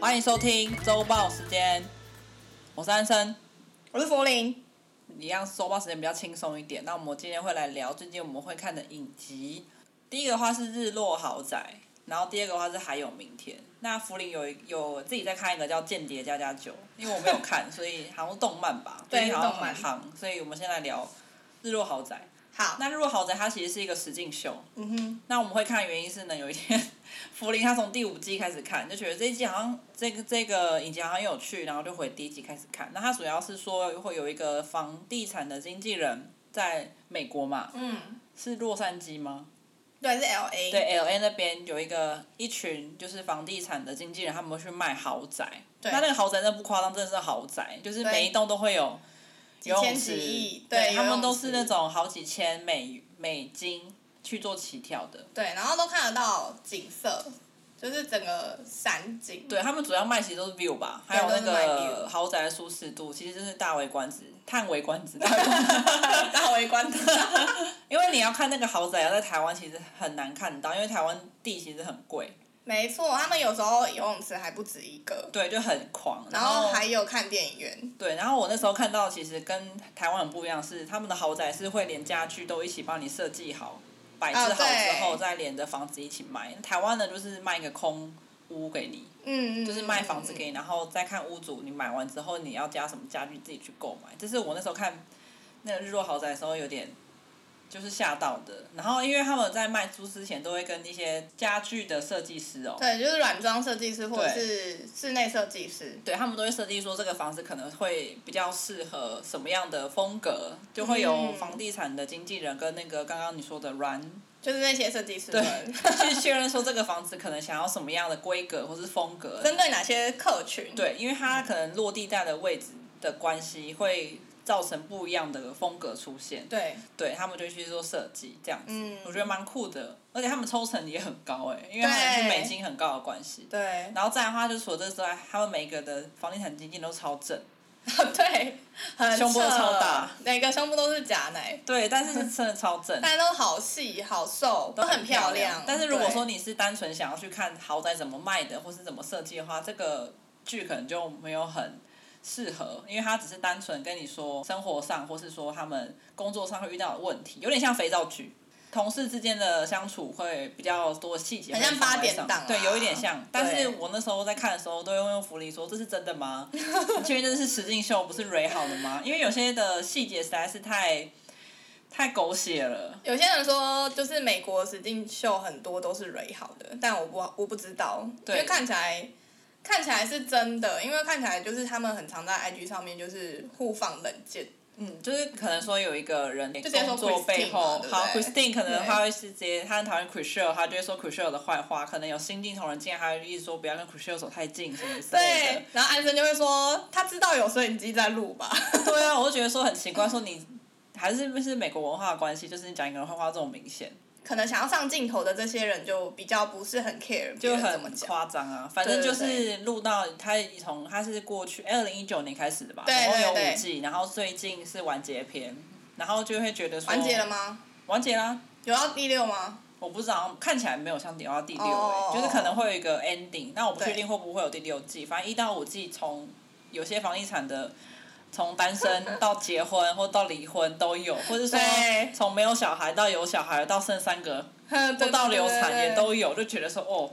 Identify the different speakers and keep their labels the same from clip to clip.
Speaker 1: 欢迎收听周报时间，我是安生。
Speaker 2: 我是福林。
Speaker 1: 一样周报时间比较轻松一点。那我们今天会来聊最近我们会看的影集。第一个的话是《日落豪宅》，然后第二个的话是《还有明天》。那福林有一有自己在看一个叫《间谍加加酒》，因为我没有看，所以好像动漫吧，
Speaker 2: 对
Speaker 1: 最近好像
Speaker 2: 动漫
Speaker 1: 很夯，所以我们先来聊《日落豪宅》。
Speaker 2: 好，
Speaker 1: 那《日落豪宅》它其实是一个实境秀，
Speaker 2: 嗯哼，
Speaker 1: 那我们会看的原因是呢，有一天福林他从第五季开始看，就觉得这一季好像这个这个影集好像有趣，然后就回第一集开始看。那他主要是说会有一个房地产的经纪人在美国嘛，
Speaker 2: 嗯，
Speaker 1: 是洛杉矶吗？
Speaker 2: 对，是 L A。
Speaker 1: 对，L A 那边有一个一群就是房地产的经纪人，他们会去卖豪宅。
Speaker 2: 对
Speaker 1: 那那个豪宅真的不夸张，真的是豪宅，就是每一栋都会有游泳
Speaker 2: 千
Speaker 1: 池，
Speaker 2: 几亿
Speaker 1: 对
Speaker 2: 对
Speaker 1: 他
Speaker 2: 游
Speaker 1: 们
Speaker 2: 泳
Speaker 1: 都是
Speaker 2: 池
Speaker 1: 那种好几千美美金去做起跳的。
Speaker 2: 对然后都看得到景色，就是整个山景。
Speaker 1: 对他们主要卖其实都是 view 吧，还
Speaker 2: 对
Speaker 1: 有那
Speaker 2: 都是卖
Speaker 1: 个
Speaker 2: view
Speaker 1: 豪宅的舒适度，其实真是大为 观止，叹为观止，大为观止。
Speaker 2: 大围观的。
Speaker 1: 因为你要看那个豪宅，要啊在台湾其实很难看到，因为台湾地其实很贵，
Speaker 2: 没错，他们有时候游泳池还不止一个，
Speaker 1: 对，哦就很狂。
Speaker 2: 然
Speaker 1: 后
Speaker 2: 后还有看电影院。
Speaker 1: 对，然后我那时候看到，其实跟台湾很不一样是，他们的豪宅是会连家具都一起帮你设计好、摆置好
Speaker 2: 啊对
Speaker 1: 之后，再连着房子一起卖。台湾呢，就是卖一个空屋给你，
Speaker 2: 嗯，
Speaker 1: 就是卖房子给你，然后再看屋主，你买完之后你要加什么家具自己去购买。这是我那时候看那个日落豪宅的时候有点就是吓到的。然后因为他们在卖出之前都会跟一些家具的设计师哦，
Speaker 2: 对，就是软装设计师或者
Speaker 1: 对
Speaker 2: 是室内设计师。
Speaker 1: 对他们都会设计说这个房子可能会比较适合什么样的风格，就会有
Speaker 2: 嗯
Speaker 1: 房地产的经纪人跟那个刚刚你说的软
Speaker 2: 就是那些设计师
Speaker 1: 对
Speaker 2: 们
Speaker 1: 去确认说这个房子可能想要什么样的规格或是风 格，
Speaker 2: 针对哪些客群？，
Speaker 1: 对，因为它可能落地带的位置的关系，会造成不一样的风格出现。
Speaker 2: 对，
Speaker 1: 对他们就去做设计这样子，
Speaker 2: 嗯
Speaker 1: 我觉得蛮酷的，而且他们抽成也很高哎、因为他们是美
Speaker 2: 对
Speaker 1: 金很高的关系。
Speaker 2: 对，
Speaker 1: 然后再来的话，就除了这之外，他们每一个的房地产经纪都超正，
Speaker 2: 对，很
Speaker 1: 胸部
Speaker 2: 扯
Speaker 1: 超大，
Speaker 2: 每个胸部都是假奶。
Speaker 1: 对，但是是真的超 正，
Speaker 2: 大家都好细好瘦，都很漂亮。
Speaker 1: 但是如果说
Speaker 2: 你
Speaker 1: 你是单纯想要去看豪宅怎么卖的，或是怎么设计的话，这个剧可能就没有很适合，因为它只是单纯跟你说生活上，或是说他们工作上会遇到的问题，有点像肥皂剧。同事之间的相处会比较多细节，
Speaker 2: 很像
Speaker 1: 会放在
Speaker 2: 八点
Speaker 1: 上
Speaker 2: 档啊
Speaker 1: 对，有一点像。但是
Speaker 2: 对
Speaker 1: 我那时候在看的时候，都用福利说这是真的 吗？你确定这是实境秀，不是蕊好的吗？因为有些的细节实在是太太狗血了。
Speaker 2: 有些人说，就是美国实境秀很多都是蕊好的，但我不我不知道，因
Speaker 1: 对
Speaker 2: 为看起来看起来是真的，因为看起来就是他们很常在 IG 上面就是互放冷箭，
Speaker 1: 嗯，就是可能说有一个人
Speaker 2: 直接
Speaker 1: 工
Speaker 2: 说
Speaker 1: 作
Speaker 2: Christine
Speaker 1: 背后，
Speaker 2: 嘛对不
Speaker 1: 好
Speaker 2: 对
Speaker 1: ，Christine 可能
Speaker 2: 对
Speaker 1: 他会是直接，他很讨厌 Chriselle，他就会说 Chriselle 的坏话，可能有新进同仁进来，他会一直说不要跟 Chriselle 走太近什么之类的
Speaker 2: 对。，然后安生就会说他知道有摄影机在录吧，
Speaker 1: 对啊，我就觉得说很奇怪，说你还是不是美国文化的关系，就是你讲一个人坏话这种明显，
Speaker 2: 可能想要上镜头的这些人就比较不是很 care 别
Speaker 1: 就
Speaker 2: 人怎么
Speaker 1: 很
Speaker 2: 讲，
Speaker 1: 夸张啊。反正
Speaker 2: 对
Speaker 1: 就
Speaker 2: 对
Speaker 1: 是
Speaker 2: 对
Speaker 1: 录到他从他是过去二零一九年开始的吧，
Speaker 2: 对
Speaker 1: 总共有
Speaker 2: 对对
Speaker 1: 五季，然后最近是完结篇，然后就会觉得说
Speaker 2: 完结了？吗？
Speaker 1: 完结啦。
Speaker 2: 有到第 六吗？
Speaker 1: 我不知道，看起来没有像第到第六、欸
Speaker 2: 哦
Speaker 1: 就是可能会有一个 ending，但我不确
Speaker 2: 对
Speaker 1: 定会不会有第六季。反正一到五季，从有些房地产的，从单 身到结婚或到离婚都有，或者说
Speaker 2: 对
Speaker 1: 从没有小孩到有小孩，到剩三 个，
Speaker 2: 都
Speaker 1: 到流产也都有，就觉得说哦，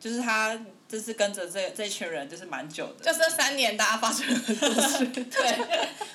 Speaker 1: 就是他就是跟着这这群人就是蛮久的，
Speaker 2: 就是这三年大家发生了很 多事， 对，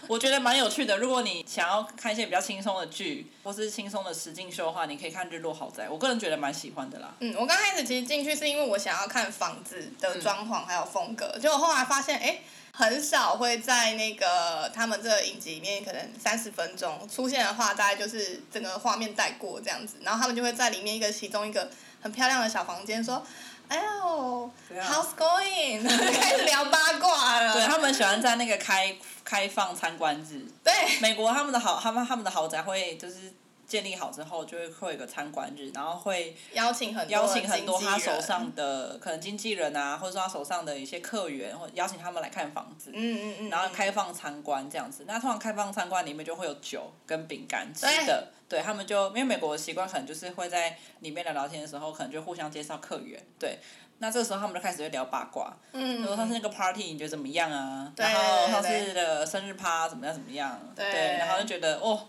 Speaker 1: 我觉得蛮有趣的。如果你想要看一些比较轻松的剧或是轻松的实境秀的话，你可以看《日落豪宅》，我个人觉得蛮喜欢的啦。
Speaker 2: 嗯，我刚开始其实进去是因为我想要看房子的装潢还有风格，结果后来发现，哎、很少会在那个他们这个影集里面，可能三十分钟出现的话，大概就是整个画面带过这样子，然后他们就会在里面一个其中一个很漂亮的小房间说，哎呦
Speaker 1: 怎样
Speaker 2: ，How's going？开始聊八卦了，
Speaker 1: 对他们喜欢在那个开开放参观日，
Speaker 2: 对
Speaker 1: 美国他们的豪他们他们的豪宅会就是建立好之后，就会会有一个参观日，然后会
Speaker 2: 邀请很多
Speaker 1: 邀请很多
Speaker 2: 经纪人
Speaker 1: 他手上的可能经纪人啊，或者说他手上的一些客源，或邀请他们来看房子，
Speaker 2: 嗯嗯嗯，
Speaker 1: 然后开放参观这样子。那通常开放参观里面就会有酒跟饼干吃的，对他们就因为美国的习惯可能就是会在里面聊聊天的时候，可能就互相介绍客源，对。那这时候他们就开始会聊八卦，
Speaker 2: 嗯，
Speaker 1: 比如说上次那个 party 你觉得怎么样啊？然后上次的生日趴怎么样怎么样？
Speaker 2: 对
Speaker 1: 然后就觉得哦，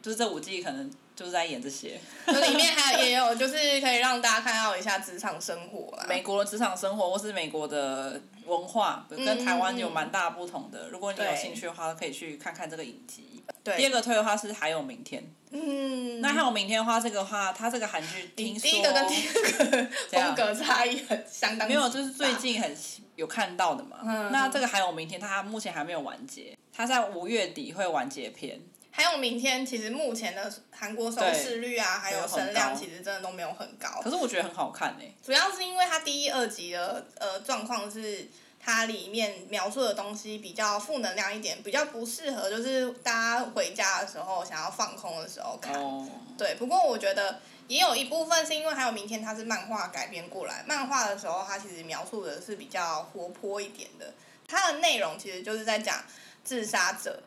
Speaker 1: 就是这五季可能就是在演这些。
Speaker 2: 就里面还有也有就是可以让大家看到一下职场生活啦。
Speaker 1: 美国的职场生活或是美国的文化，跟台湾有蛮大不同的。如果你有
Speaker 2: 嗯对
Speaker 1: 兴趣的话，可以去看看这个影集。
Speaker 2: 对
Speaker 1: 第二个推的话是还有明天。
Speaker 2: 嗯，
Speaker 1: 那还有明天的话，这个话它这个韩剧听说
Speaker 2: 第一个跟第二个风
Speaker 1: 样
Speaker 2: 格差异很相当大。
Speaker 1: 没有，就是最近很有看到的嘛。
Speaker 2: 嗯
Speaker 1: 那这个还有明天，它目前还没有完结，它在五月底会完结篇。
Speaker 2: 还有明天，其实目前的韩国收视率啊，还有声量，其实真的都没有很高
Speaker 1: 可。是我觉得很好看诶、欸
Speaker 2: 主要是因为它第一、二集的呃状况是，它里面描述的东西比较负能量一点，比较不适合就是大家回家的时候想要放空的时候看。
Speaker 1: 哦，
Speaker 2: 对，不过我觉得也有一部分是因为还有明天它是漫画改编过来，漫画的时候它其实描述的是比较活泼一点的，它的内容其实就是在讲自杀者，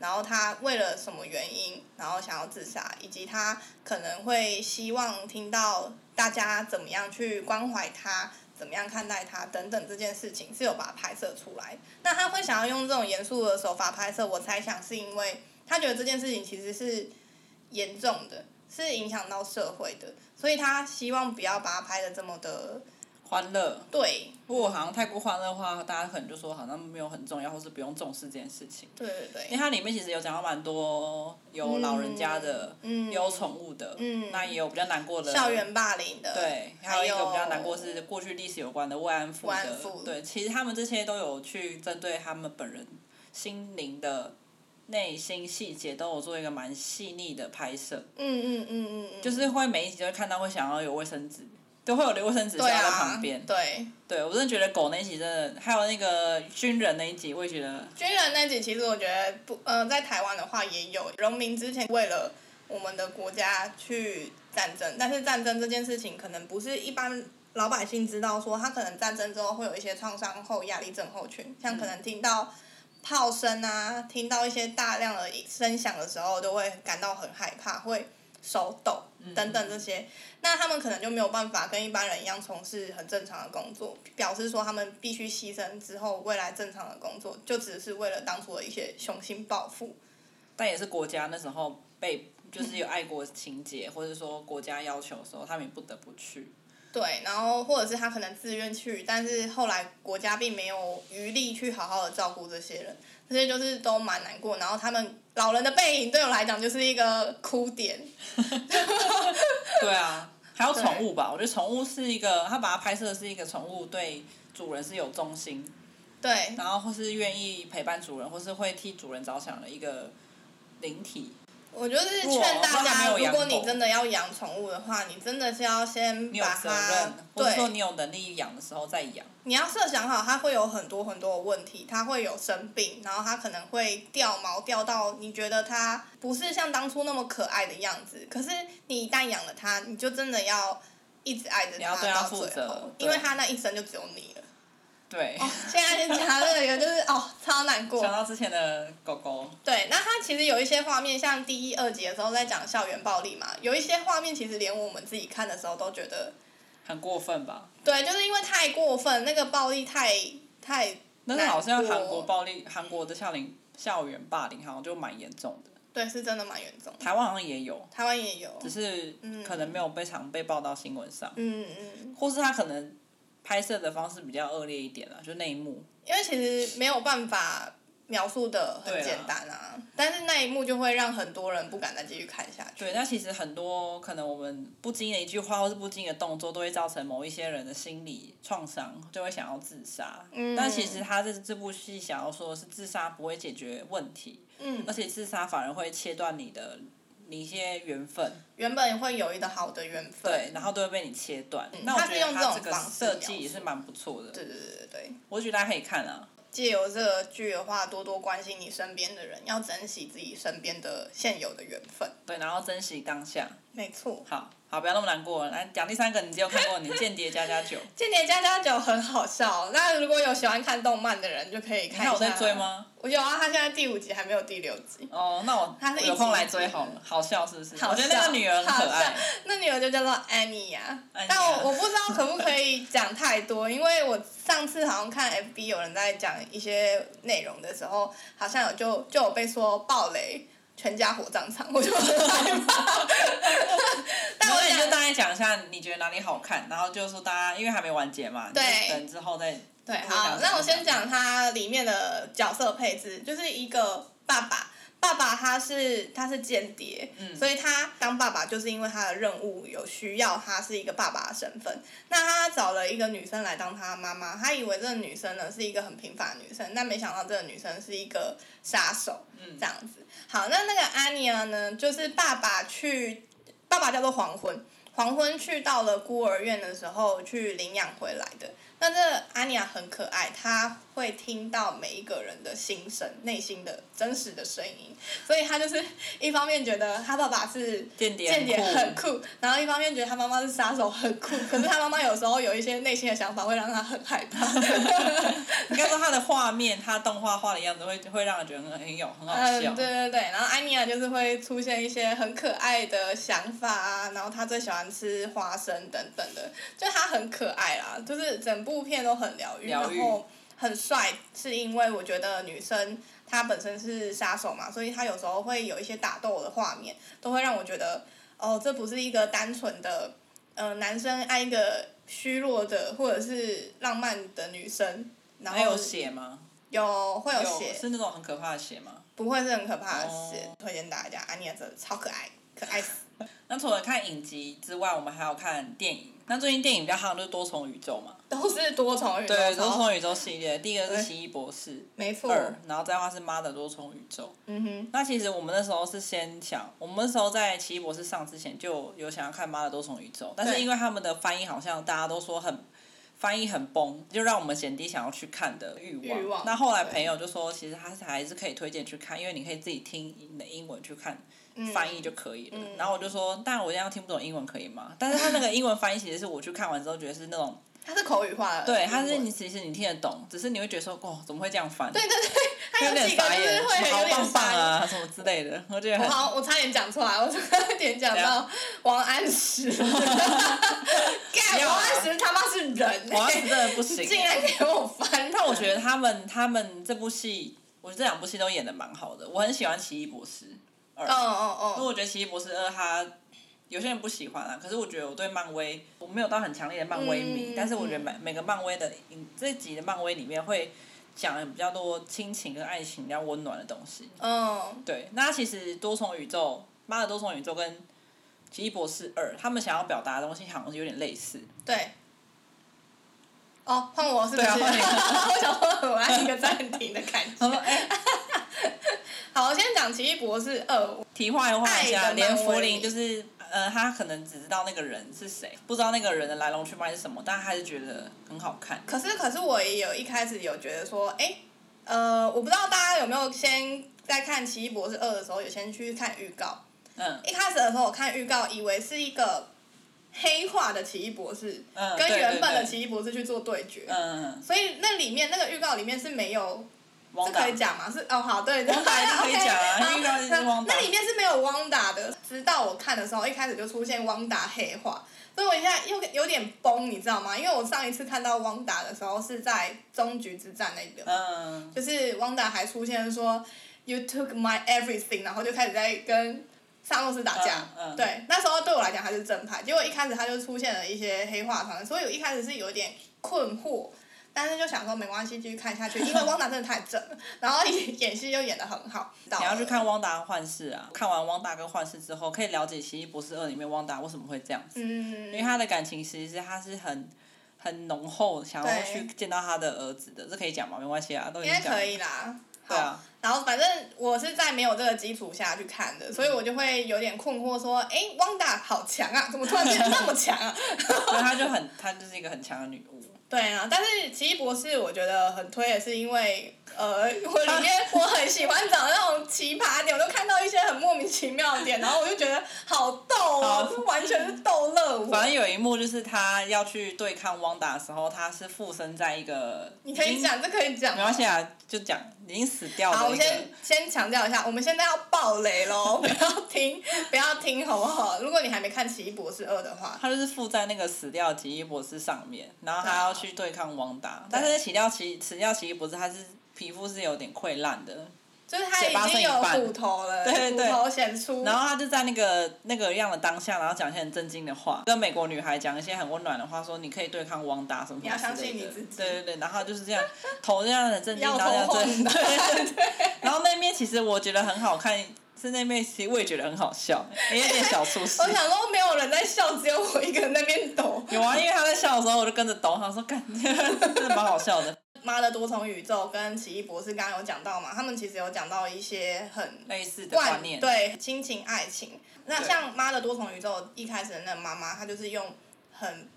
Speaker 2: 然后他为了什么原因，然后想要自杀，以及他可能会希望听到大家怎么样去关怀他。怎么样看待他等等这件事情是有把它拍摄出来，那他会想要用这种严肃的手法拍摄，我猜想是因为他觉得这件事情其实是严重的，是影响到社会的，所以他希望不要把它拍的这么的
Speaker 1: 欢乐。
Speaker 2: 对，
Speaker 1: 如果好像太过欢乐的话，大家可能就说好像没有很重要，或是不用重视这件事情。
Speaker 2: 对对
Speaker 1: 因为
Speaker 2: 对，
Speaker 1: 它里面其实有讲到蛮多有老人家的，
Speaker 2: 嗯，
Speaker 1: 有宠物的，
Speaker 2: 嗯
Speaker 1: 那也有比较难过的
Speaker 2: 校园霸凌的，
Speaker 1: 对，还
Speaker 2: 还
Speaker 1: 有一个比较难过是过去历史有关的慰安妇
Speaker 2: 慰安
Speaker 1: 的
Speaker 2: 妇，
Speaker 1: 对，其实他们这些都有去针对他们本人心灵的内心细节都有做一个蛮细腻的拍摄，
Speaker 2: 嗯嗯嗯嗯嗯，
Speaker 1: 就是是会每一集都会看到会想要有卫生纸，都会有卫生纸
Speaker 2: 对
Speaker 1: 在
Speaker 2: 啊
Speaker 1: 旁，边。
Speaker 2: 对。
Speaker 1: 对我真的觉得狗那一集真的，还有那个军人那一集，我也觉得
Speaker 2: 军人那集其实我觉得不，呃，在台湾的话也有农民之前为了我们的国家去战争，但是战争这件事情可能不是一般老百姓知道说，他可能战争之后会有一些创伤后压力症候群，像可能听到炮声啊，听到一些大量的声响的时候，都会感到很害怕，会手抖等等这些。那他们可能就没有办法跟一般人一样从事很正常的工作，表示说他们必须牺牲之后未来正常的工作，就只是为了当初的一些雄心抱负。
Speaker 1: 但也是国家那时候被就是有爱国情节，或者说国家要求的时候，他们也不得不去。
Speaker 2: 对，然后或者是他可能自愿去，但是后来国家并没有余力去好好的照顾这些人，这些就是都蛮难过。然后他们老人的背影对我来讲就是一个哭点，
Speaker 1: 对啊，还有宠物吧，我觉得宠物是一个，他把它拍摄的是一个宠物对主人是有忠心，
Speaker 2: 对，
Speaker 1: 然后或是愿意陪伴主人，或是会替主人着想的一个灵体。
Speaker 2: 我就是劝大家，
Speaker 1: 如果
Speaker 2: 如果你
Speaker 1: 你
Speaker 2: 真的要养宠物的话，你真的是要先
Speaker 1: 你有
Speaker 2: 把
Speaker 1: 责任
Speaker 2: 它，
Speaker 1: 或者说
Speaker 2: 对，
Speaker 1: 你有能力养的时候再养。
Speaker 2: 你要设想好，它会有很多很多的问题，它会有生病，然后它可能会掉毛，掉到你觉得它不是像当初那么可爱的样子。可是你一旦养了它，你就真的要一直爱着
Speaker 1: 你要
Speaker 2: 它
Speaker 1: 对它
Speaker 2: 到
Speaker 1: 负
Speaker 2: 最
Speaker 1: 责
Speaker 2: 后，
Speaker 1: 对
Speaker 2: 因为它那一生就只有你了。
Speaker 1: 对，
Speaker 2: 现在讲这个就是哦，超难过。
Speaker 1: 想 到之前的狗狗，
Speaker 2: 对，那它其实有一些画面，像第一、二集的时候在讲校园暴力嘛，有一些画面其实连我们自己看的时候都觉得，
Speaker 1: 很过分吧？
Speaker 2: 对，就是因为太过分，那个暴力太太
Speaker 1: 但是好像
Speaker 2: 难过
Speaker 1: 韩国暴力，韩国的校龄校园霸凌好像就蛮严重的，
Speaker 2: 对，是真的蛮严重。
Speaker 1: 台湾好像也有，
Speaker 2: 台湾也有，
Speaker 1: 只是
Speaker 2: 嗯
Speaker 1: 可能没有被常被报到新闻上，
Speaker 2: 嗯嗯，
Speaker 1: 或是他可能拍摄的方式比较恶劣一点啊，就那一幕。
Speaker 2: 因为其实没有办法描述的
Speaker 1: 对
Speaker 2: 很
Speaker 1: 啊
Speaker 2: 简单啊，但是那一幕就会让很多人不敢再继续看下去。嗯
Speaker 1: 对，那其实很多可能我们不经意的一句话或是不经意的动作，都会造成某一些人的心理创伤，就会想要自杀。
Speaker 2: 嗯
Speaker 1: 但其实他这这部戏想要说的是，自杀不会解决问题，
Speaker 2: 嗯
Speaker 1: 而，且自杀反而会切断你的你一些缘分，
Speaker 2: 原本会有一个好的缘分。
Speaker 1: 对，然后都会被你切断。那我
Speaker 2: 嗯他
Speaker 1: 觉
Speaker 2: 是
Speaker 1: 得
Speaker 2: 用这
Speaker 1: 他
Speaker 2: 种
Speaker 1: 个
Speaker 2: 方式
Speaker 1: 设
Speaker 2: 描
Speaker 1: 计也是蛮不错的，
Speaker 2: 对对对对对。
Speaker 1: 我觉得大家可以看啊。
Speaker 2: 借由这个剧的话，多多关心你身边的人，要珍惜自己身边的现有的缘分。
Speaker 1: 对，然后珍惜当下。
Speaker 2: 没错，
Speaker 1: 好好，不要那么难过了。来讲第三个，你只有看过你《间谍加加酒》，
Speaker 2: 《间谍加加酒》很好笑，那如果有喜欢看动漫的人就可以
Speaker 1: 你
Speaker 2: 看
Speaker 1: 看
Speaker 2: 一下。
Speaker 1: 我在追？吗？
Speaker 2: 我有啊，他现在第五集还没有第六集。
Speaker 1: 哦，那我
Speaker 2: 它是一集
Speaker 1: 有空来追好了，好笑是不是？
Speaker 2: 好
Speaker 1: 我觉得那
Speaker 2: 笑
Speaker 1: 个女儿很可
Speaker 2: 好笑
Speaker 1: 爱。
Speaker 2: 那女儿就叫做安妮呀，
Speaker 1: 安妮亚
Speaker 2: 但我我不知道可不可以讲太多，因为我上次好像看 FB 有人在讲一些内容的时候，好像有就就有被说暴雷，全家火葬场，我就很害怕。但我
Speaker 1: 那你就
Speaker 2: 想
Speaker 1: 大概讲一下你觉得哪里好看，然后就说大家因为还没完结嘛，你就
Speaker 2: 对
Speaker 1: 等之后再
Speaker 2: 对，好，那我先讲它里面的角色配置，就是一个爸爸。爸爸他是他是间谍，
Speaker 1: 嗯
Speaker 2: 所以他当爸爸就是因为他的任务有需要，他是一个爸爸的身份。那他找了一个女生来当他妈妈，他以为这个女生呢是一个很平凡的女生，但没想到这个女生是一个杀手，
Speaker 1: 嗯
Speaker 2: 这样子。好，那那个安妮儿呢，就是爸爸去，爸爸叫做黄昏，黄昏去到了孤儿院的时候去领养回来的。那这个安妮亚很可爱，她会听到每一个人的心声、内心的真实的声音，所以她就是一方面觉得她爸爸是
Speaker 1: 间谍
Speaker 2: 间谍很
Speaker 1: 酷
Speaker 2: 酷，然后一方面觉得他妈妈是杀手很酷，可是他妈妈有时候有一些内心的想法会让他很害怕。
Speaker 1: 应该说它的画面，它动画画的样子会会让人觉得很很有很好笑。
Speaker 2: 嗯，对对对，然后安妮亚就是会出现一些很可爱的想法啊，然后她最喜欢吃花生等等的，就她很可爱啦，就是整部片都很疗愈，
Speaker 1: 疗愈
Speaker 2: 然后很帅，是因为我觉得女生她本身是杀手嘛，所以她有时候会有一些打斗的画面，都会让我觉得哦，这不是一个单纯的，呃，男生爱一个虚弱的或者是浪漫的女生，然
Speaker 1: 还有
Speaker 2: 后
Speaker 1: 血吗？
Speaker 2: 有会有
Speaker 1: 有
Speaker 2: 血，
Speaker 1: 哦是那种很可怕的血吗？
Speaker 2: 不会是很可怕的事，
Speaker 1: 哦
Speaker 2: 推荐大家，安妮亚真的超可爱，可爱死。
Speaker 1: 那除了看影集之外，我们还有看电影。那最近电影比较夯就是多重宇宙嘛，
Speaker 2: 都是多重宇宙，
Speaker 1: 对，
Speaker 2: 超
Speaker 1: 多重宇宙系列，第一个
Speaker 2: 对
Speaker 1: 是奇异博士
Speaker 2: 没错，
Speaker 1: 二，然后再的话是妈的多重宇宙。
Speaker 2: 嗯哼，
Speaker 1: 那其实我们那时候是先想，我们那时候在《奇异博士》上之前就有想要看《妈的多重宇宙》，但是
Speaker 2: 对
Speaker 1: 因为他们的翻译好像大家都说很翻译很崩，就让我们减低想要去看的欲望。
Speaker 2: 欲望
Speaker 1: 那后来
Speaker 2: 对
Speaker 1: 朋友就说，其实他是还是可以推荐去看，因为你可以自己听你的英文去看。
Speaker 2: 嗯
Speaker 1: 翻译就可以了。
Speaker 2: 嗯
Speaker 1: 然后我就说，但我这样听不懂英文可以吗？但是他那个英文翻译其实是我去看完之后觉得是那种，
Speaker 2: 它是口语化的英文，
Speaker 1: 对，他是你其实你听得懂，只是你会觉得说，哦，怎么会这样翻？
Speaker 2: 对对对，它
Speaker 1: 有
Speaker 2: 有
Speaker 1: 点
Speaker 2: 几个就
Speaker 1: 傻
Speaker 2: 是
Speaker 1: 眼，
Speaker 2: 会
Speaker 1: 什么
Speaker 2: 有
Speaker 1: 好
Speaker 2: 点
Speaker 1: 棒棒
Speaker 2: 傻眼。
Speaker 1: 啊，什么之类的，我觉得
Speaker 2: 我
Speaker 1: 很。
Speaker 2: 好，我差点讲出来，我差点讲
Speaker 1: 啊
Speaker 2: 到王 安石。
Speaker 1: 不
Speaker 2: 干，
Speaker 1: 要啊
Speaker 2: 王安石他妈是人、
Speaker 1: 王安石
Speaker 2: 欸，
Speaker 1: 真的不行、
Speaker 2: 竟然给我翻。
Speaker 1: 但我觉得他们他们这部戏，我觉得这两部戏都演的蛮好的。我很喜欢《奇异博士》二，
Speaker 2: 嗯，嗯嗯
Speaker 1: 因为
Speaker 2: 嗯，
Speaker 1: 我觉得《奇异博士二》它有些人不喜欢啊，可是我觉得我对漫威我没有到很强烈的漫威迷，
Speaker 2: 嗯
Speaker 1: 但是我觉得每每个漫威的影这集的漫威里面会讲比较多亲情跟爱情比较温暖的东西。
Speaker 2: 嗯，
Speaker 1: 对，那其实多重宇宙，妈的多重宇宙跟《奇异博士二》，他们想要表达的东西好像有点类似。
Speaker 2: 对。哦，换我是不
Speaker 1: 对
Speaker 2: 是？
Speaker 1: 啊换你
Speaker 2: 我想说 我按一个暂停的感觉
Speaker 1: 他。说：“哎、
Speaker 2: 好，我先讲《奇异博士二》，
Speaker 1: 题外话一下，
Speaker 2: 爱的漫威
Speaker 1: 连福林就是呃，他可能只知道那个人是谁，不知道那个人的来龙去脉是什么，但他还是觉得很好看。
Speaker 2: 可是可是我也有一开始有觉得说，哎、呃，我不知道大家有没有先在看《奇异博士二》的时候，有先去看预告。
Speaker 1: 嗯
Speaker 2: 一开始的时候我看预告，以为是一个黑化的奇异博士，
Speaker 1: 嗯，
Speaker 2: 跟
Speaker 1: 对
Speaker 2: 原本的
Speaker 1: 对对
Speaker 2: 奇异博士去做对决。
Speaker 1: 嗯，
Speaker 2: 所以那里面那个预告里面是没有，
Speaker 1: 汪
Speaker 2: 是可
Speaker 1: 达
Speaker 2: 以讲吗？是哦，好，对，
Speaker 1: 汪达一定可以讲啊
Speaker 2: OK，好
Speaker 1: 预告就是汪达
Speaker 2: 那那里面是没有汪达的，直到我看的时候，一开始就出现汪达黑化，所以我现在又有点崩，你知道吗？因为我上一次看到汪达的时候是在终局之战那个，
Speaker 1: 嗯，
Speaker 2: 就是汪达还出现说 “You took my everything”，然后就开始在跟。萨诺斯打架，
Speaker 1: 嗯嗯
Speaker 2: 对，那时候对我来讲他是正派，结果一开始他就出现了一些黑化团，所以我一开始是有点困惑，但是就想说没关系，继续看下 去，因为汪达真的太正了，然后演演戏又演嗯的很好。你
Speaker 1: 你要去看汪达幻视啊，看完汪达跟幻视之后，可以了解《奇异博士二》里面汪达为什么会这样子，
Speaker 2: 嗯，
Speaker 1: 因为他的感情其实是他是很很浓厚，想要
Speaker 2: 对
Speaker 1: 去见到他的儿子的，这可以讲吗？没关系啊，都已
Speaker 2: 应
Speaker 1: 经
Speaker 2: 该
Speaker 1: 讲了
Speaker 2: 可以啦。
Speaker 1: 对啊，
Speaker 2: 然后反正我是在没有这个基础下去看的，所以我就会有点困惑，说，哎，汪达好强啊，怎么突然变得那么强啊？
Speaker 1: 所以他就很，他就是一个很强的女巫。
Speaker 2: 对啊，但是《奇异博士》我觉得很推，也是因为 呃，我里面我很喜欢找那种奇葩点，我都看到一些很莫名其妙的点，然后我就觉得好逗哦
Speaker 1: 好，
Speaker 2: 这完全是逗乐我。
Speaker 1: 反正有一幕就是他要去对抗汪达的时候，他是附身在一个
Speaker 2: 你可
Speaker 1: 已
Speaker 2: 以
Speaker 1: 经
Speaker 2: 讲，这可以讲
Speaker 1: 没。关系啊，就讲已经死掉
Speaker 2: 好，我
Speaker 1: 的
Speaker 2: 们
Speaker 1: 一个。
Speaker 2: 先先强调一下，我们现在要爆雷喽， 不要听，不要听，好不好？如果你还没看《奇异博士二》的话，
Speaker 1: 他就是附在那个死掉的奇异博士上面，然后
Speaker 2: 啊
Speaker 1: 他要去对抗汪达，但是死掉奇死掉奇异博士他是皮肤是有点溃烂
Speaker 2: 嗯
Speaker 1: 的，
Speaker 2: 就是他
Speaker 1: 嘴巴剩
Speaker 2: 已经
Speaker 1: 一
Speaker 2: 有
Speaker 1: 半
Speaker 2: 骨头了，
Speaker 1: 对对对
Speaker 2: 骨头显出。
Speaker 1: 然后他就在那个那个样的当下，然后讲一些很震惊的话，跟美国女孩讲一些很温暖的话，说你可以对抗汪达什么什
Speaker 2: 你要
Speaker 1: 么
Speaker 2: 相
Speaker 1: 之类
Speaker 2: 信
Speaker 1: 的
Speaker 2: 你自己
Speaker 1: 对对对，然后就是这样头这样很震惊，
Speaker 2: 摇
Speaker 1: 然后这样
Speaker 2: 头晃
Speaker 1: 震，
Speaker 2: 脑
Speaker 1: 对对对。然后那面其实我觉得很好看，是那面其实我也觉得很好笑，也有点小出戏
Speaker 2: 我。想说，没有人在笑，只有我一个人在那边抖。
Speaker 1: 有啊，因为他在笑的时候，我就跟着抖，他说干， 真的蛮好笑的，
Speaker 2: 妈的多重宇宙跟奇异博士刚刚有讲到嘛，他们其实有讲到一些很
Speaker 1: 类似的观
Speaker 2: 惯
Speaker 1: 念。
Speaker 2: 对亲情、爱情。那
Speaker 1: 对
Speaker 2: 像妈的多重宇宙一开始的那个妈妈，她就是用很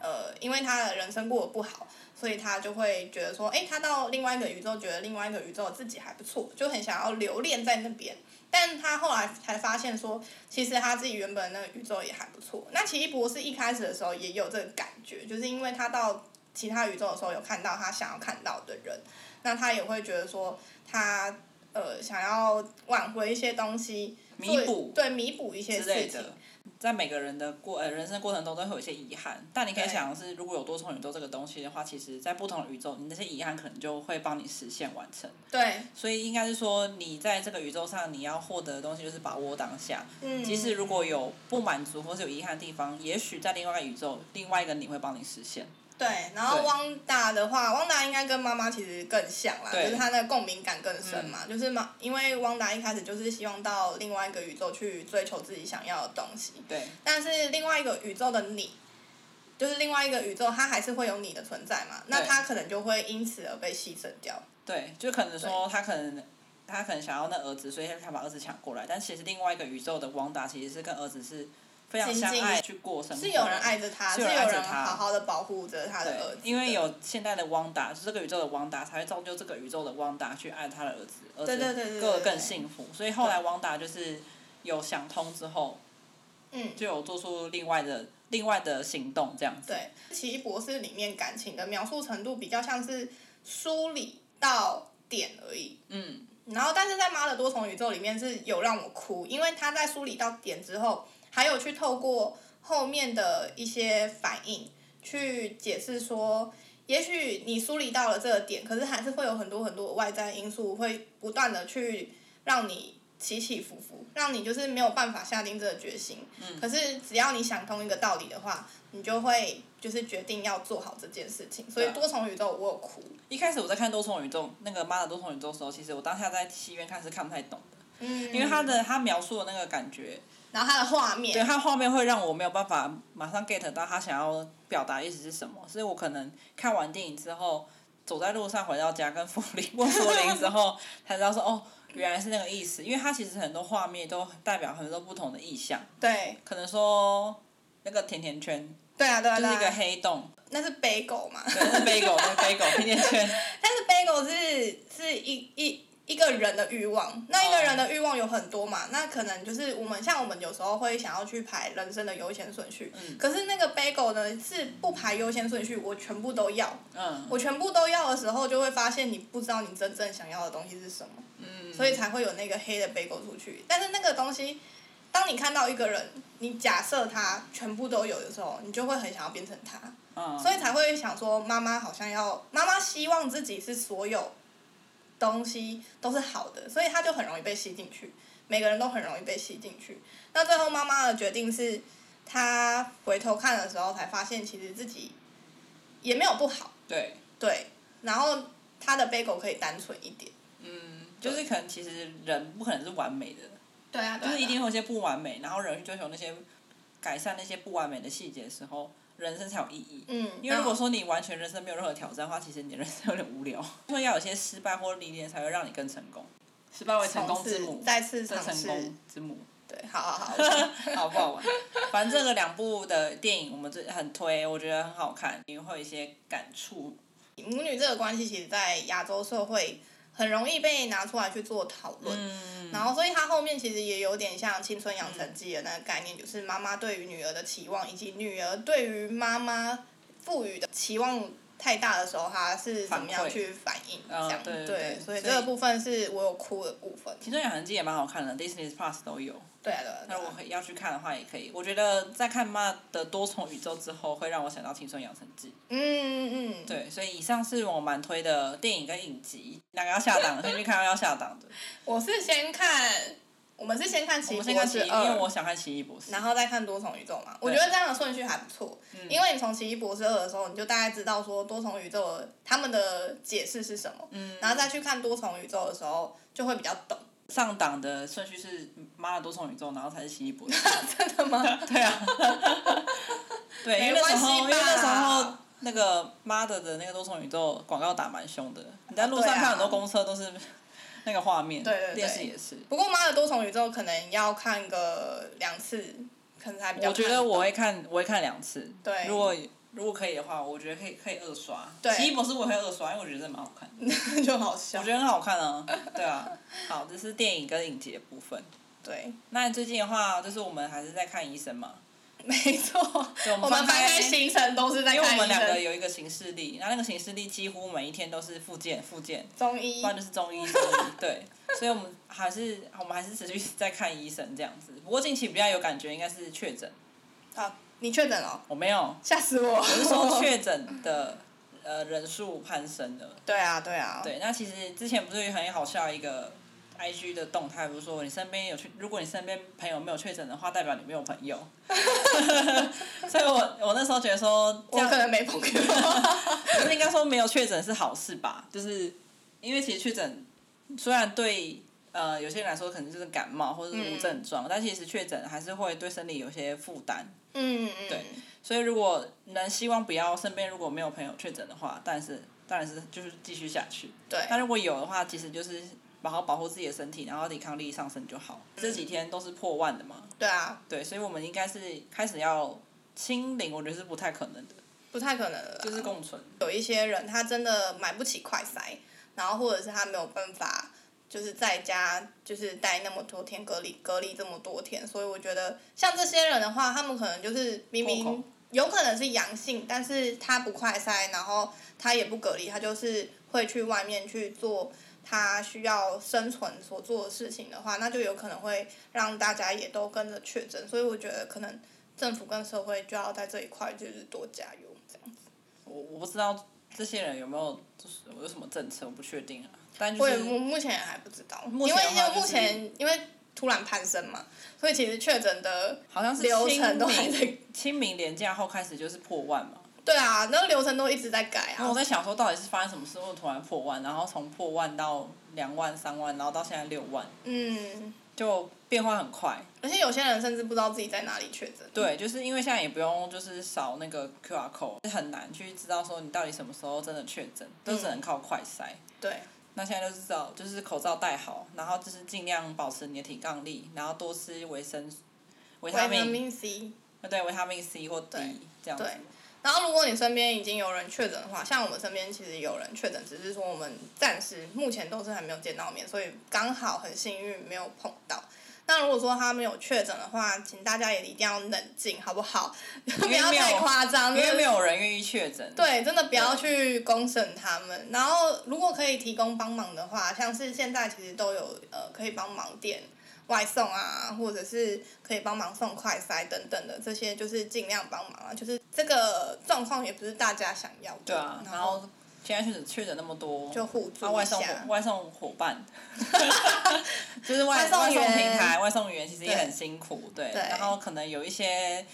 Speaker 2: 呃，因为她的人生过得不好，所以她就会觉得说，哎，她到另外一个宇宙，觉得另外一个宇宙自己还不错，就很想要留恋在那边。但她后来才发现说，其实她自己原本那个宇宙也还不错。那奇异博士一开始的时候也有这个感觉，就是因为他到其他宇宙的时候有看到他想要看到的人，那他也会觉得说他呃想要挽回一些东西，
Speaker 1: 弥补
Speaker 2: 做对弥补一些
Speaker 1: 之类
Speaker 2: 事情
Speaker 1: 的。。在每个人的过呃人生过程中都会有一些遗憾，但你可以
Speaker 2: 对
Speaker 1: 想的是，如果有多重宇宙这个东西的话，其实在不同的宇宙，你那些遗憾可能就会帮你实现完成。
Speaker 2: 对，
Speaker 1: 所以应该是说，你在这个宇宙上你要获得的东西就是把握当下。
Speaker 2: 嗯，
Speaker 1: 即使如果有不满足或是有遗憾的地方，也许在另外一个宇宙，另外一个你会帮你实现。
Speaker 2: 对，然后
Speaker 1: 对
Speaker 2: 汪达的话，汪达应该跟妈妈其实更像啦，
Speaker 1: 对嗯
Speaker 2: 就是她的共鸣感更深嘛，就是嘛，因为汪达一开始就是希望到另外一个宇宙去追求自己想要的东西，
Speaker 1: 对，
Speaker 2: 但是另外一个宇宙的你，就是另外一个宇宙，它还是会有你的存在嘛，那
Speaker 1: 对
Speaker 2: 它可能就会因此而被牺牲掉。
Speaker 1: 对，就可能说他可能他可能想要那儿子，所以他把儿子抢过来。但其实另外一个宇宙的汪达其实是跟儿子是非常
Speaker 2: 亲
Speaker 1: 相
Speaker 2: 近
Speaker 1: 爱去过生活的，
Speaker 2: 是有人爱着他，
Speaker 1: 是
Speaker 2: 是
Speaker 1: 有人爱着
Speaker 2: 人
Speaker 1: 他
Speaker 2: 好好的保护着他的儿
Speaker 1: 对
Speaker 2: 子，，
Speaker 1: 因为有现代的汪达，就是这个宇宙的汪达，才会造就这个宇宙的汪达去爱他的儿子，儿
Speaker 2: 对对对
Speaker 1: 子
Speaker 2: 对
Speaker 1: 过得
Speaker 2: 对
Speaker 1: 更
Speaker 2: 对
Speaker 1: 幸福。所以后来汪达就是有想通之后，
Speaker 2: 嗯。
Speaker 1: 就有做出另外的另外的行动，这样子。
Speaker 2: 对，《奇异博士》里面感情的描述程度比较像是梳理到点而已。
Speaker 1: 嗯，
Speaker 2: 然后，但是在《妈的多重宇宙》里面是有让我哭，因为他在梳理到点之后，还有去透过后面的一些反应去解释说，也许你梳理到了这个点，可是还是会有很多很多外在因素会不断的去让你起起伏伏，让你就是没有办法下定这个决心。嗯、可是只要你想通一个道理的话，你就会就是决定要做好这件事情。所以
Speaker 1: 对啊
Speaker 2: 多重宇宙我有哭，
Speaker 1: 一开始我在看《多重宇宙》那个《妈的多重宇宙》的时候，其实我当下在戏院看是看不太懂的，
Speaker 2: 嗯，
Speaker 1: 因为他的他描述的那个感觉，
Speaker 2: 然后它的画面，
Speaker 1: 对他画面会让我没有办法马上 get 到他想要表达意思是什么，所以我可能看完电影之后，走在路上回到家跟福林问福林之后，才知道说哦，原来是那个意思，因为他其实很多画面都代表很多不同的意象，
Speaker 2: 对
Speaker 1: 可能说那个甜甜圈
Speaker 2: 对啊对啊，
Speaker 1: 就
Speaker 2: 对
Speaker 1: 是一个
Speaker 2: 啊，
Speaker 1: 黑洞，
Speaker 2: 那是北狗嘛，
Speaker 1: 对， 那是 bagel，那是 bagel 甜甜圈，
Speaker 2: 但是 bagel 是是一一一个人的欲望，那一个人的欲望有很多嘛，那可能就是我们像我们有时候会想要去排人生的优先顺序，
Speaker 1: 嗯
Speaker 2: 可是那个 bagel 呢是不排优先顺序，我全部都要，
Speaker 1: 嗯，
Speaker 2: 我全部都要的时候，就会发现你不知道你真正想要的东西是什么，所以才会有那个黑的 bagel 出去。但是那个东西，当你看到一个人，你假设他全部都有的时候，你就会很想要变成他。
Speaker 1: 嗯，
Speaker 2: 所以才会想说，妈妈好像要，妈妈希望自己是所有东西都是好的，所以她就很容易被吸进去。每个人都很容易被吸进去。那最后妈妈的决定是，她回头看的时候才发现，其实自己也没有不好，
Speaker 1: 对，
Speaker 2: 对。然后她的 bagel 可以单纯一点。
Speaker 1: 就是可能其实人不可能是完美的，
Speaker 2: 对啊，
Speaker 1: 就是一定会有一些不完美，然后人去追求那些改善那些不完美的细节的时候，人生才有意义。
Speaker 2: 嗯，
Speaker 1: 因为如果说你完全人生没有任何挑战的话，其实你的人生有点无聊。说要有些失败或历练，才会让你更成功。失败为成
Speaker 2: 从
Speaker 1: 功之
Speaker 2: 此
Speaker 1: 母，
Speaker 2: 再次
Speaker 1: 这
Speaker 2: 尝
Speaker 1: 成
Speaker 2: 试，
Speaker 1: 功之母。
Speaker 2: 对，好好好，我
Speaker 1: 好不好玩？ 反正这个两部的电影我们这很推，我觉得很好看，你会有一些感触。
Speaker 2: 母女这个关系，其实在亚洲社会很容易被拿出来去做讨论。
Speaker 1: 嗯，
Speaker 2: 然后，所以它后面其实也有点像《青春养成记》的那个概念，就是妈妈对于女儿的期望，以及女儿对于妈妈赋予的期望太大的时候，她是怎么样
Speaker 1: 反馈
Speaker 2: 去反应？这
Speaker 1: 嗯
Speaker 2: 样
Speaker 1: 对对对
Speaker 2: 所以
Speaker 1: 所以
Speaker 2: 这个部分是我有哭的部分。
Speaker 1: 青春养成记也蛮好看的，Disney Plus 都有。
Speaker 2: 对啊，对啊，对
Speaker 1: 那
Speaker 2: 啊
Speaker 1: 如果要去看的话，也可以。我觉得在看妈的多重宇宙之后，会让我想到《青春养成记》。
Speaker 2: 嗯嗯嗯，
Speaker 1: 对，所以以上是我蛮推的电影跟影集，哪个要下档的先去看要下档的。
Speaker 2: 我是先看，我们是先看《
Speaker 1: 我
Speaker 2: 奇异
Speaker 1: 们先看
Speaker 2: 博
Speaker 1: 奇
Speaker 2: 士
Speaker 1: 异，因
Speaker 2: 二》，
Speaker 1: 为我想看奇异博士。
Speaker 2: 然后再看多重宇宙嘛。我觉得这样的顺序还不错，
Speaker 1: 嗯
Speaker 2: 因为你从《奇异博士二》的时候，你就大概知道说多重宇宙的他们的解释是什么，
Speaker 1: 嗯
Speaker 2: 然后再去看多重宇宙的时候，就会比较懂。
Speaker 1: 上档的顺序是妈的多重宇宙，然后才是奇异博士。
Speaker 2: 真的吗？
Speaker 1: 对啊，对，因为那时候，因
Speaker 2: 没关系吧
Speaker 1: 为那时候那个妈的的那个多重宇宙广告打蛮凶的，你在路上
Speaker 2: 啊对啊
Speaker 1: 看很多公车都是那个画面，
Speaker 2: 对对对
Speaker 1: 电视也是。
Speaker 2: 不过妈的多重宇宙可能要看个两次，可能才比较
Speaker 1: 我
Speaker 2: 看懂。
Speaker 1: 觉得我会看，我会看两次。
Speaker 2: 对
Speaker 1: 如果如果可以的话，我觉得可以可以二刷。
Speaker 2: 对
Speaker 1: 奇异博士我也会二刷，因为我觉得真的蛮好看的。
Speaker 2: 就好笑
Speaker 1: 我觉。得很好看啊，对啊。好，这是电影跟影集的部分。
Speaker 2: 对，
Speaker 1: 那最近的话，就是我们还是在看医生嘛，
Speaker 2: 没错。
Speaker 1: 对我们
Speaker 2: 我们
Speaker 1: 翻
Speaker 2: 翻
Speaker 1: 开
Speaker 2: 开行程都是在
Speaker 1: 因为我
Speaker 2: 看
Speaker 1: 们
Speaker 2: 医
Speaker 1: 两个
Speaker 2: 生
Speaker 1: 有一个行事历，然后那个行事历几乎每一天都是复健复健，
Speaker 2: 中医
Speaker 1: 不。然就是中医中 医，对，所以我们还是我们还是持续在看医生这样子。不过近期比较有感觉应该是确诊，
Speaker 2: 啊，你确诊了，
Speaker 1: 我没有，
Speaker 2: 吓死我！我
Speaker 1: 我是
Speaker 2: 哦
Speaker 1: 说确诊的呃人数攀升了。
Speaker 2: 对啊，对啊，
Speaker 1: 对，那其实之前不是有很好笑一个 I G 的动态，不是说你身边有确，如果你身边朋友没有确诊的话，代表你没有朋 友。 所以我我那时候觉得说，这
Speaker 2: 我
Speaker 1: 样
Speaker 2: 可能没朋友。
Speaker 1: 可是应该说没有确诊是好事吧？就是因为其实确诊虽然对呃有些人来说可能就是感冒或者是无
Speaker 2: 嗯
Speaker 1: 症状，但其实确诊还是会对身体有些负担。
Speaker 2: 嗯嗯，
Speaker 1: 对所以如果能希望不要身边如果没有朋友确诊的话，但是当然是就是继续下去。
Speaker 2: 对
Speaker 1: 那如果有的话，其实就是好好保护自己的身体，然后抵抗力上升就好。这几天都是破万的嘛，
Speaker 2: 嗯对啊，
Speaker 1: 对，所以我们应该是开始要清零，我觉得是不太可能的，
Speaker 2: 不太可能了啦。
Speaker 1: 就是共存。
Speaker 2: 有一些人他真的买不起快筛，然后或者是他没有办法，就是在家就是待那么多天隔离，隔离这么多天，所以我觉得像这些人的话，他们可能就是明
Speaker 1: 破口
Speaker 2: 明有可能是阳性，但是他不快筛，然后他也不隔离，他就是会去外面去做。他需要生存所做的事情的话，那就有可能会让大家也都跟着确诊，所以我觉得可能政府跟社会就要在这一块就是多加油这样。
Speaker 1: 我我不知道这些人有没有就是有什么政策，我不确定啊。但就
Speaker 2: 我也
Speaker 1: 是
Speaker 2: 目目前也还不知道，
Speaker 1: 目前
Speaker 2: 因为
Speaker 1: 的
Speaker 2: 因
Speaker 1: 话
Speaker 2: 为
Speaker 1: 就是
Speaker 2: 目前因为突然攀升嘛，所以其实确诊的
Speaker 1: 好像是
Speaker 2: 流
Speaker 1: 清
Speaker 2: 程都还在
Speaker 1: 明，清明年假后开始就是破万嘛。
Speaker 2: 对啊，那个流程都一直在改
Speaker 1: 然后
Speaker 2: 啊
Speaker 1: 我。在想说，到底是发生什么事，为什么突然破万，然后从破万到两万、三万，然后到现在六万，
Speaker 2: 嗯，
Speaker 1: 就变化很快。
Speaker 2: 而且有些人甚至不知道自己在哪里确诊。
Speaker 1: 对，就是因为现在也不用就是扫那个 QR code，是很难去知道说你到底什么时候真的确诊，都只能靠快筛。
Speaker 2: 嗯对
Speaker 1: 那现在就知道，就是口罩戴好，然后就是尽量保持你的抵抗力，然后多吃维生素、维他
Speaker 2: 维
Speaker 1: 命
Speaker 2: 他命 C。
Speaker 1: 呃对，维他命 C 或 D
Speaker 2: 对
Speaker 1: 这样子
Speaker 2: 对。然后，如果你身边已经有人确诊的话，像我们身边其实有人确诊，只是说我们暂时目前都是还没有见到面，所以刚好很幸运没有碰到。那如果说他没有确诊的话，请大家也一定要冷静，好不好？ 不要
Speaker 1: 没有
Speaker 2: 太夸张，
Speaker 1: 因为
Speaker 2: 真的
Speaker 1: 没有人愿意确诊。
Speaker 2: 对，真的不要去公审他们。然后，如果可以提供帮忙的话，像是现在其实都有呃可以帮忙点外送啊，或者是可以帮忙送快塞等等的，这些就是尽量帮忙啊。就是这个状况也不是大家想要的，
Speaker 1: 对啊，
Speaker 2: 然
Speaker 1: 然后现在确诊确诊那么多，
Speaker 2: 就互
Speaker 1: 啊
Speaker 2: 助
Speaker 1: 外
Speaker 2: 一
Speaker 1: 送伙
Speaker 2: 下。
Speaker 1: 外送伙 伴，就是外
Speaker 2: 外送
Speaker 1: 送
Speaker 2: 员
Speaker 1: 平台外送员其实也
Speaker 2: 对
Speaker 1: 很辛苦，对，
Speaker 2: 对
Speaker 1: 然后可能有一些。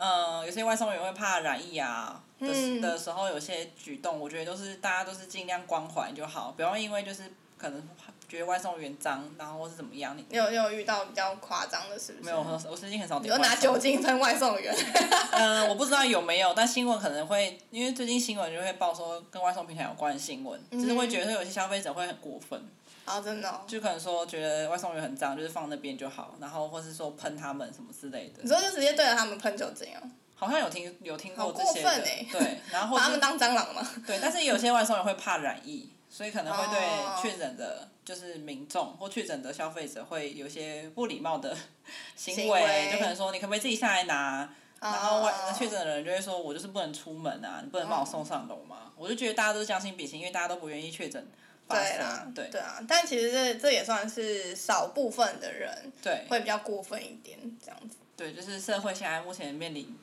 Speaker 1: 呃，有些外送员会怕染疫啊的时、
Speaker 2: 嗯
Speaker 1: 的时候，有些举动，我觉得都是大家都是尽量关怀就好，不要因为就是可能觉得外送员脏，然后或是怎么样，你
Speaker 2: 你有你有遇到比较夸张的，是不是？
Speaker 1: 没有，我很我最近很少点
Speaker 2: 有
Speaker 1: 外
Speaker 2: 拿
Speaker 1: 送
Speaker 2: 酒精喷外送员，
Speaker 1: 嗯，我不知道有没有，但新闻可能会，因
Speaker 2: 嗯
Speaker 1: 为最近新闻就会报说跟外送平台有关的新闻，就是会觉得有些消费者会很过分，
Speaker 2: 哦，真的、哦。
Speaker 1: 就可能说觉得外送员很脏，就是放那边就好，然后或是说喷他们什么之类
Speaker 2: 你
Speaker 1: 的，
Speaker 2: 说就直接对着他们喷酒精哦，
Speaker 1: 好像有听有听
Speaker 2: 好
Speaker 1: 过这
Speaker 2: 过
Speaker 1: 些的，
Speaker 2: 分欸
Speaker 1: 对，然后
Speaker 2: 把
Speaker 1: 或
Speaker 2: 他
Speaker 1: 是
Speaker 2: 们当蟑螂吗？
Speaker 1: 对，但是有些外送员会怕染疫，所以可能会
Speaker 2: 哦
Speaker 1: 对确诊的，就是民众或确诊的消费者会有一些不礼貌的 行为，
Speaker 2: 行为
Speaker 1: 就可能说你可不可以自己下来拿？然后外
Speaker 2: 哦
Speaker 1: 确诊的人就会说，我就是不能出门啊，你不
Speaker 2: 嗯
Speaker 1: 能帮我送上楼吗？我就觉得大家都是将心比心，因为大家都不愿意确诊发
Speaker 2: 对啦
Speaker 1: 生，，对
Speaker 2: 对啊，但其实这这也算是少部分的人
Speaker 1: 对
Speaker 2: 会比较过分一点这样子。
Speaker 1: 对，就是社会现在目前面临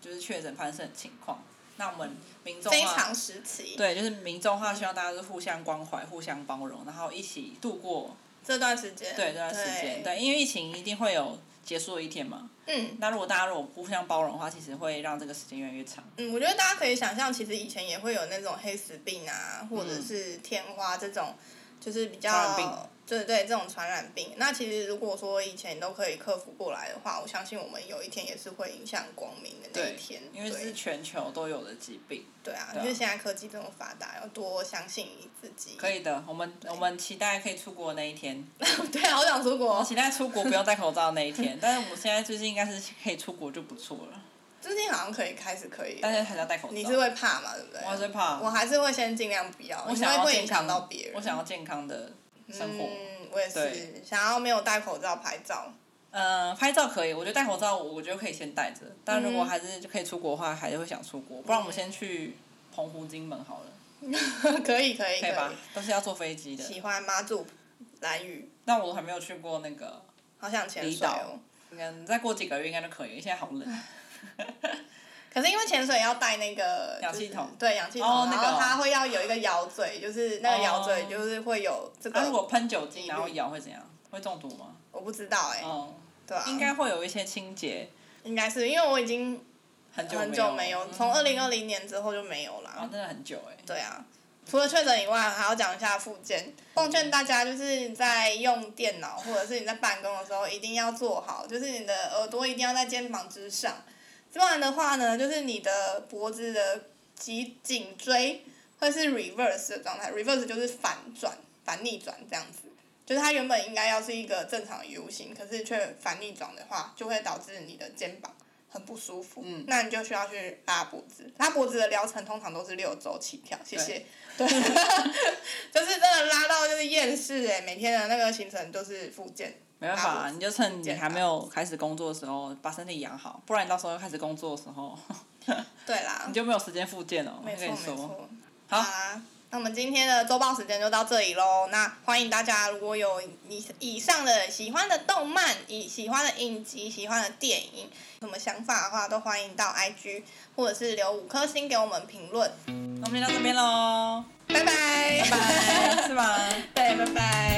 Speaker 1: 就是确诊攀升的情况，那我们民众
Speaker 2: 非
Speaker 1: 啊
Speaker 2: 常时期，
Speaker 1: 对，就是民众的话，希望大家都是互相关怀、互相包容，然后一起度过
Speaker 2: 这段时间，
Speaker 1: 对这段时间，
Speaker 2: 对，
Speaker 1: 对，因为疫情一定会有结束的一天嘛。
Speaker 2: 嗯
Speaker 1: 那如果大家如果互相包容的话，其实会让这个时间越来越长。
Speaker 2: 嗯，我觉得大家可以想象，其实以前也会有那种黑死病啊，或者是天花这种，就是比
Speaker 1: 嗯传染
Speaker 2: 较
Speaker 1: 病，
Speaker 2: 对对，这种传染病。那其实如果说以前都可以克服过来的话，我相信我们有一天也是会影响光明的那一
Speaker 1: 对
Speaker 2: 天，，
Speaker 1: 因为这是
Speaker 2: 对
Speaker 1: 全球都有的疾病。
Speaker 2: 对啊，
Speaker 1: 对啊
Speaker 2: 因为现在科技这么发达，要多相信你自己。
Speaker 1: 可以的，我们我们期待可以出国的那一天，
Speaker 2: 对啊，好想出国。
Speaker 1: 期待出国不用戴口罩的那一 天。但是我们现在最近应该是可以出国就不错了，
Speaker 2: 最近好像可以开始可以了。
Speaker 1: 但是还是要戴口罩。
Speaker 2: 你是会怕嘛？对不对？
Speaker 1: 我还是怕，
Speaker 2: 我还是会先尽量不要，
Speaker 1: 我
Speaker 2: 因
Speaker 1: 想
Speaker 2: 为
Speaker 1: 要
Speaker 2: 会
Speaker 1: 健
Speaker 2: 影响
Speaker 1: 康
Speaker 2: 到别人。
Speaker 1: 我想要健康的生活。
Speaker 2: 嗯，我也
Speaker 1: 对
Speaker 2: 是想要没有戴口罩拍照。
Speaker 1: 呃，拍照可以，我觉得戴口罩，我觉得可以先戴着。但如果还是可以出国的话，还是会想出
Speaker 2: 嗯
Speaker 1: 国。不然我们先去澎湖、金门好了，
Speaker 2: 可以可以
Speaker 1: 可以吧
Speaker 2: 可？
Speaker 1: 都是要坐飞机的
Speaker 2: 嗯以。。喜欢妈祖蓝屿，
Speaker 1: 但我还没有去过那个，
Speaker 2: 好想潜
Speaker 1: 离
Speaker 2: 水
Speaker 1: 岛
Speaker 2: 哦。
Speaker 1: 应该再过几个月应该就可以了。现在好冷，
Speaker 2: 可是因为潜水要带那个
Speaker 1: 氧气筒
Speaker 2: 就是对氧气筒，
Speaker 1: 哦那个
Speaker 2: 然后
Speaker 1: 哦
Speaker 2: 它会要有一个咬嘴，就是那个咬嘴
Speaker 1: 哦啊
Speaker 2: 就是会有这个，
Speaker 1: 那如果喷酒
Speaker 2: 几
Speaker 1: 精
Speaker 2: 率
Speaker 1: 然后咬会怎样？会中毒吗？
Speaker 2: 我不知道哎、
Speaker 1: 哦，
Speaker 2: 对啊，
Speaker 1: 应该会有一些清洁，
Speaker 2: 应该是因为我已经
Speaker 1: 很久
Speaker 2: 很久没
Speaker 1: 没
Speaker 2: 有，
Speaker 1: 嗯
Speaker 2: 从二零二零年之后就没有啦。
Speaker 1: 啊，真的很久哎。
Speaker 2: 对啊，除了确诊以外，还要讲一下附件。奉劝大家就是在用电脑或者是你在办公的时候，一定要做好，就是你的耳朵一定要在肩膀之上，不然的话呢，就是你的脖子的脊颈椎会是 reverse 的状态，reverse 就是反转、反逆转这样子。就是它原本应该要是一个正常的 U 型，可是却反逆转的话，就会导致你的肩膀很不舒服。
Speaker 1: 嗯
Speaker 2: 那你就需要去拉脖子。拉脖子的疗程通常都是六周起跳。谢谢。对， 就是真的拉到就是厌世哎，每天的那个行程都是复健。
Speaker 1: 没办法
Speaker 2: 啊
Speaker 1: 啊，你就趁你
Speaker 2: 健
Speaker 1: 还
Speaker 2: 康
Speaker 1: 没有开始工作的时候，把身体养好，不然你到时候开始工作的时候，
Speaker 2: 对啦
Speaker 1: 你，就没有时间复健哦。我
Speaker 2: 没
Speaker 1: 跟
Speaker 2: 错
Speaker 1: 你说。
Speaker 2: 没错。
Speaker 1: 好
Speaker 2: 啊，那我们今天的周报时间就到这里喽。那欢迎大家，如果有你以上的喜欢的动漫、以喜欢的影集、喜欢的电影，什么想法的话，都欢迎到 IG 或者是留五颗星给我们评论。
Speaker 1: 那我们就到这边喽，
Speaker 2: 拜拜，
Speaker 1: 拜，拜，是吧？
Speaker 2: 对，拜拜。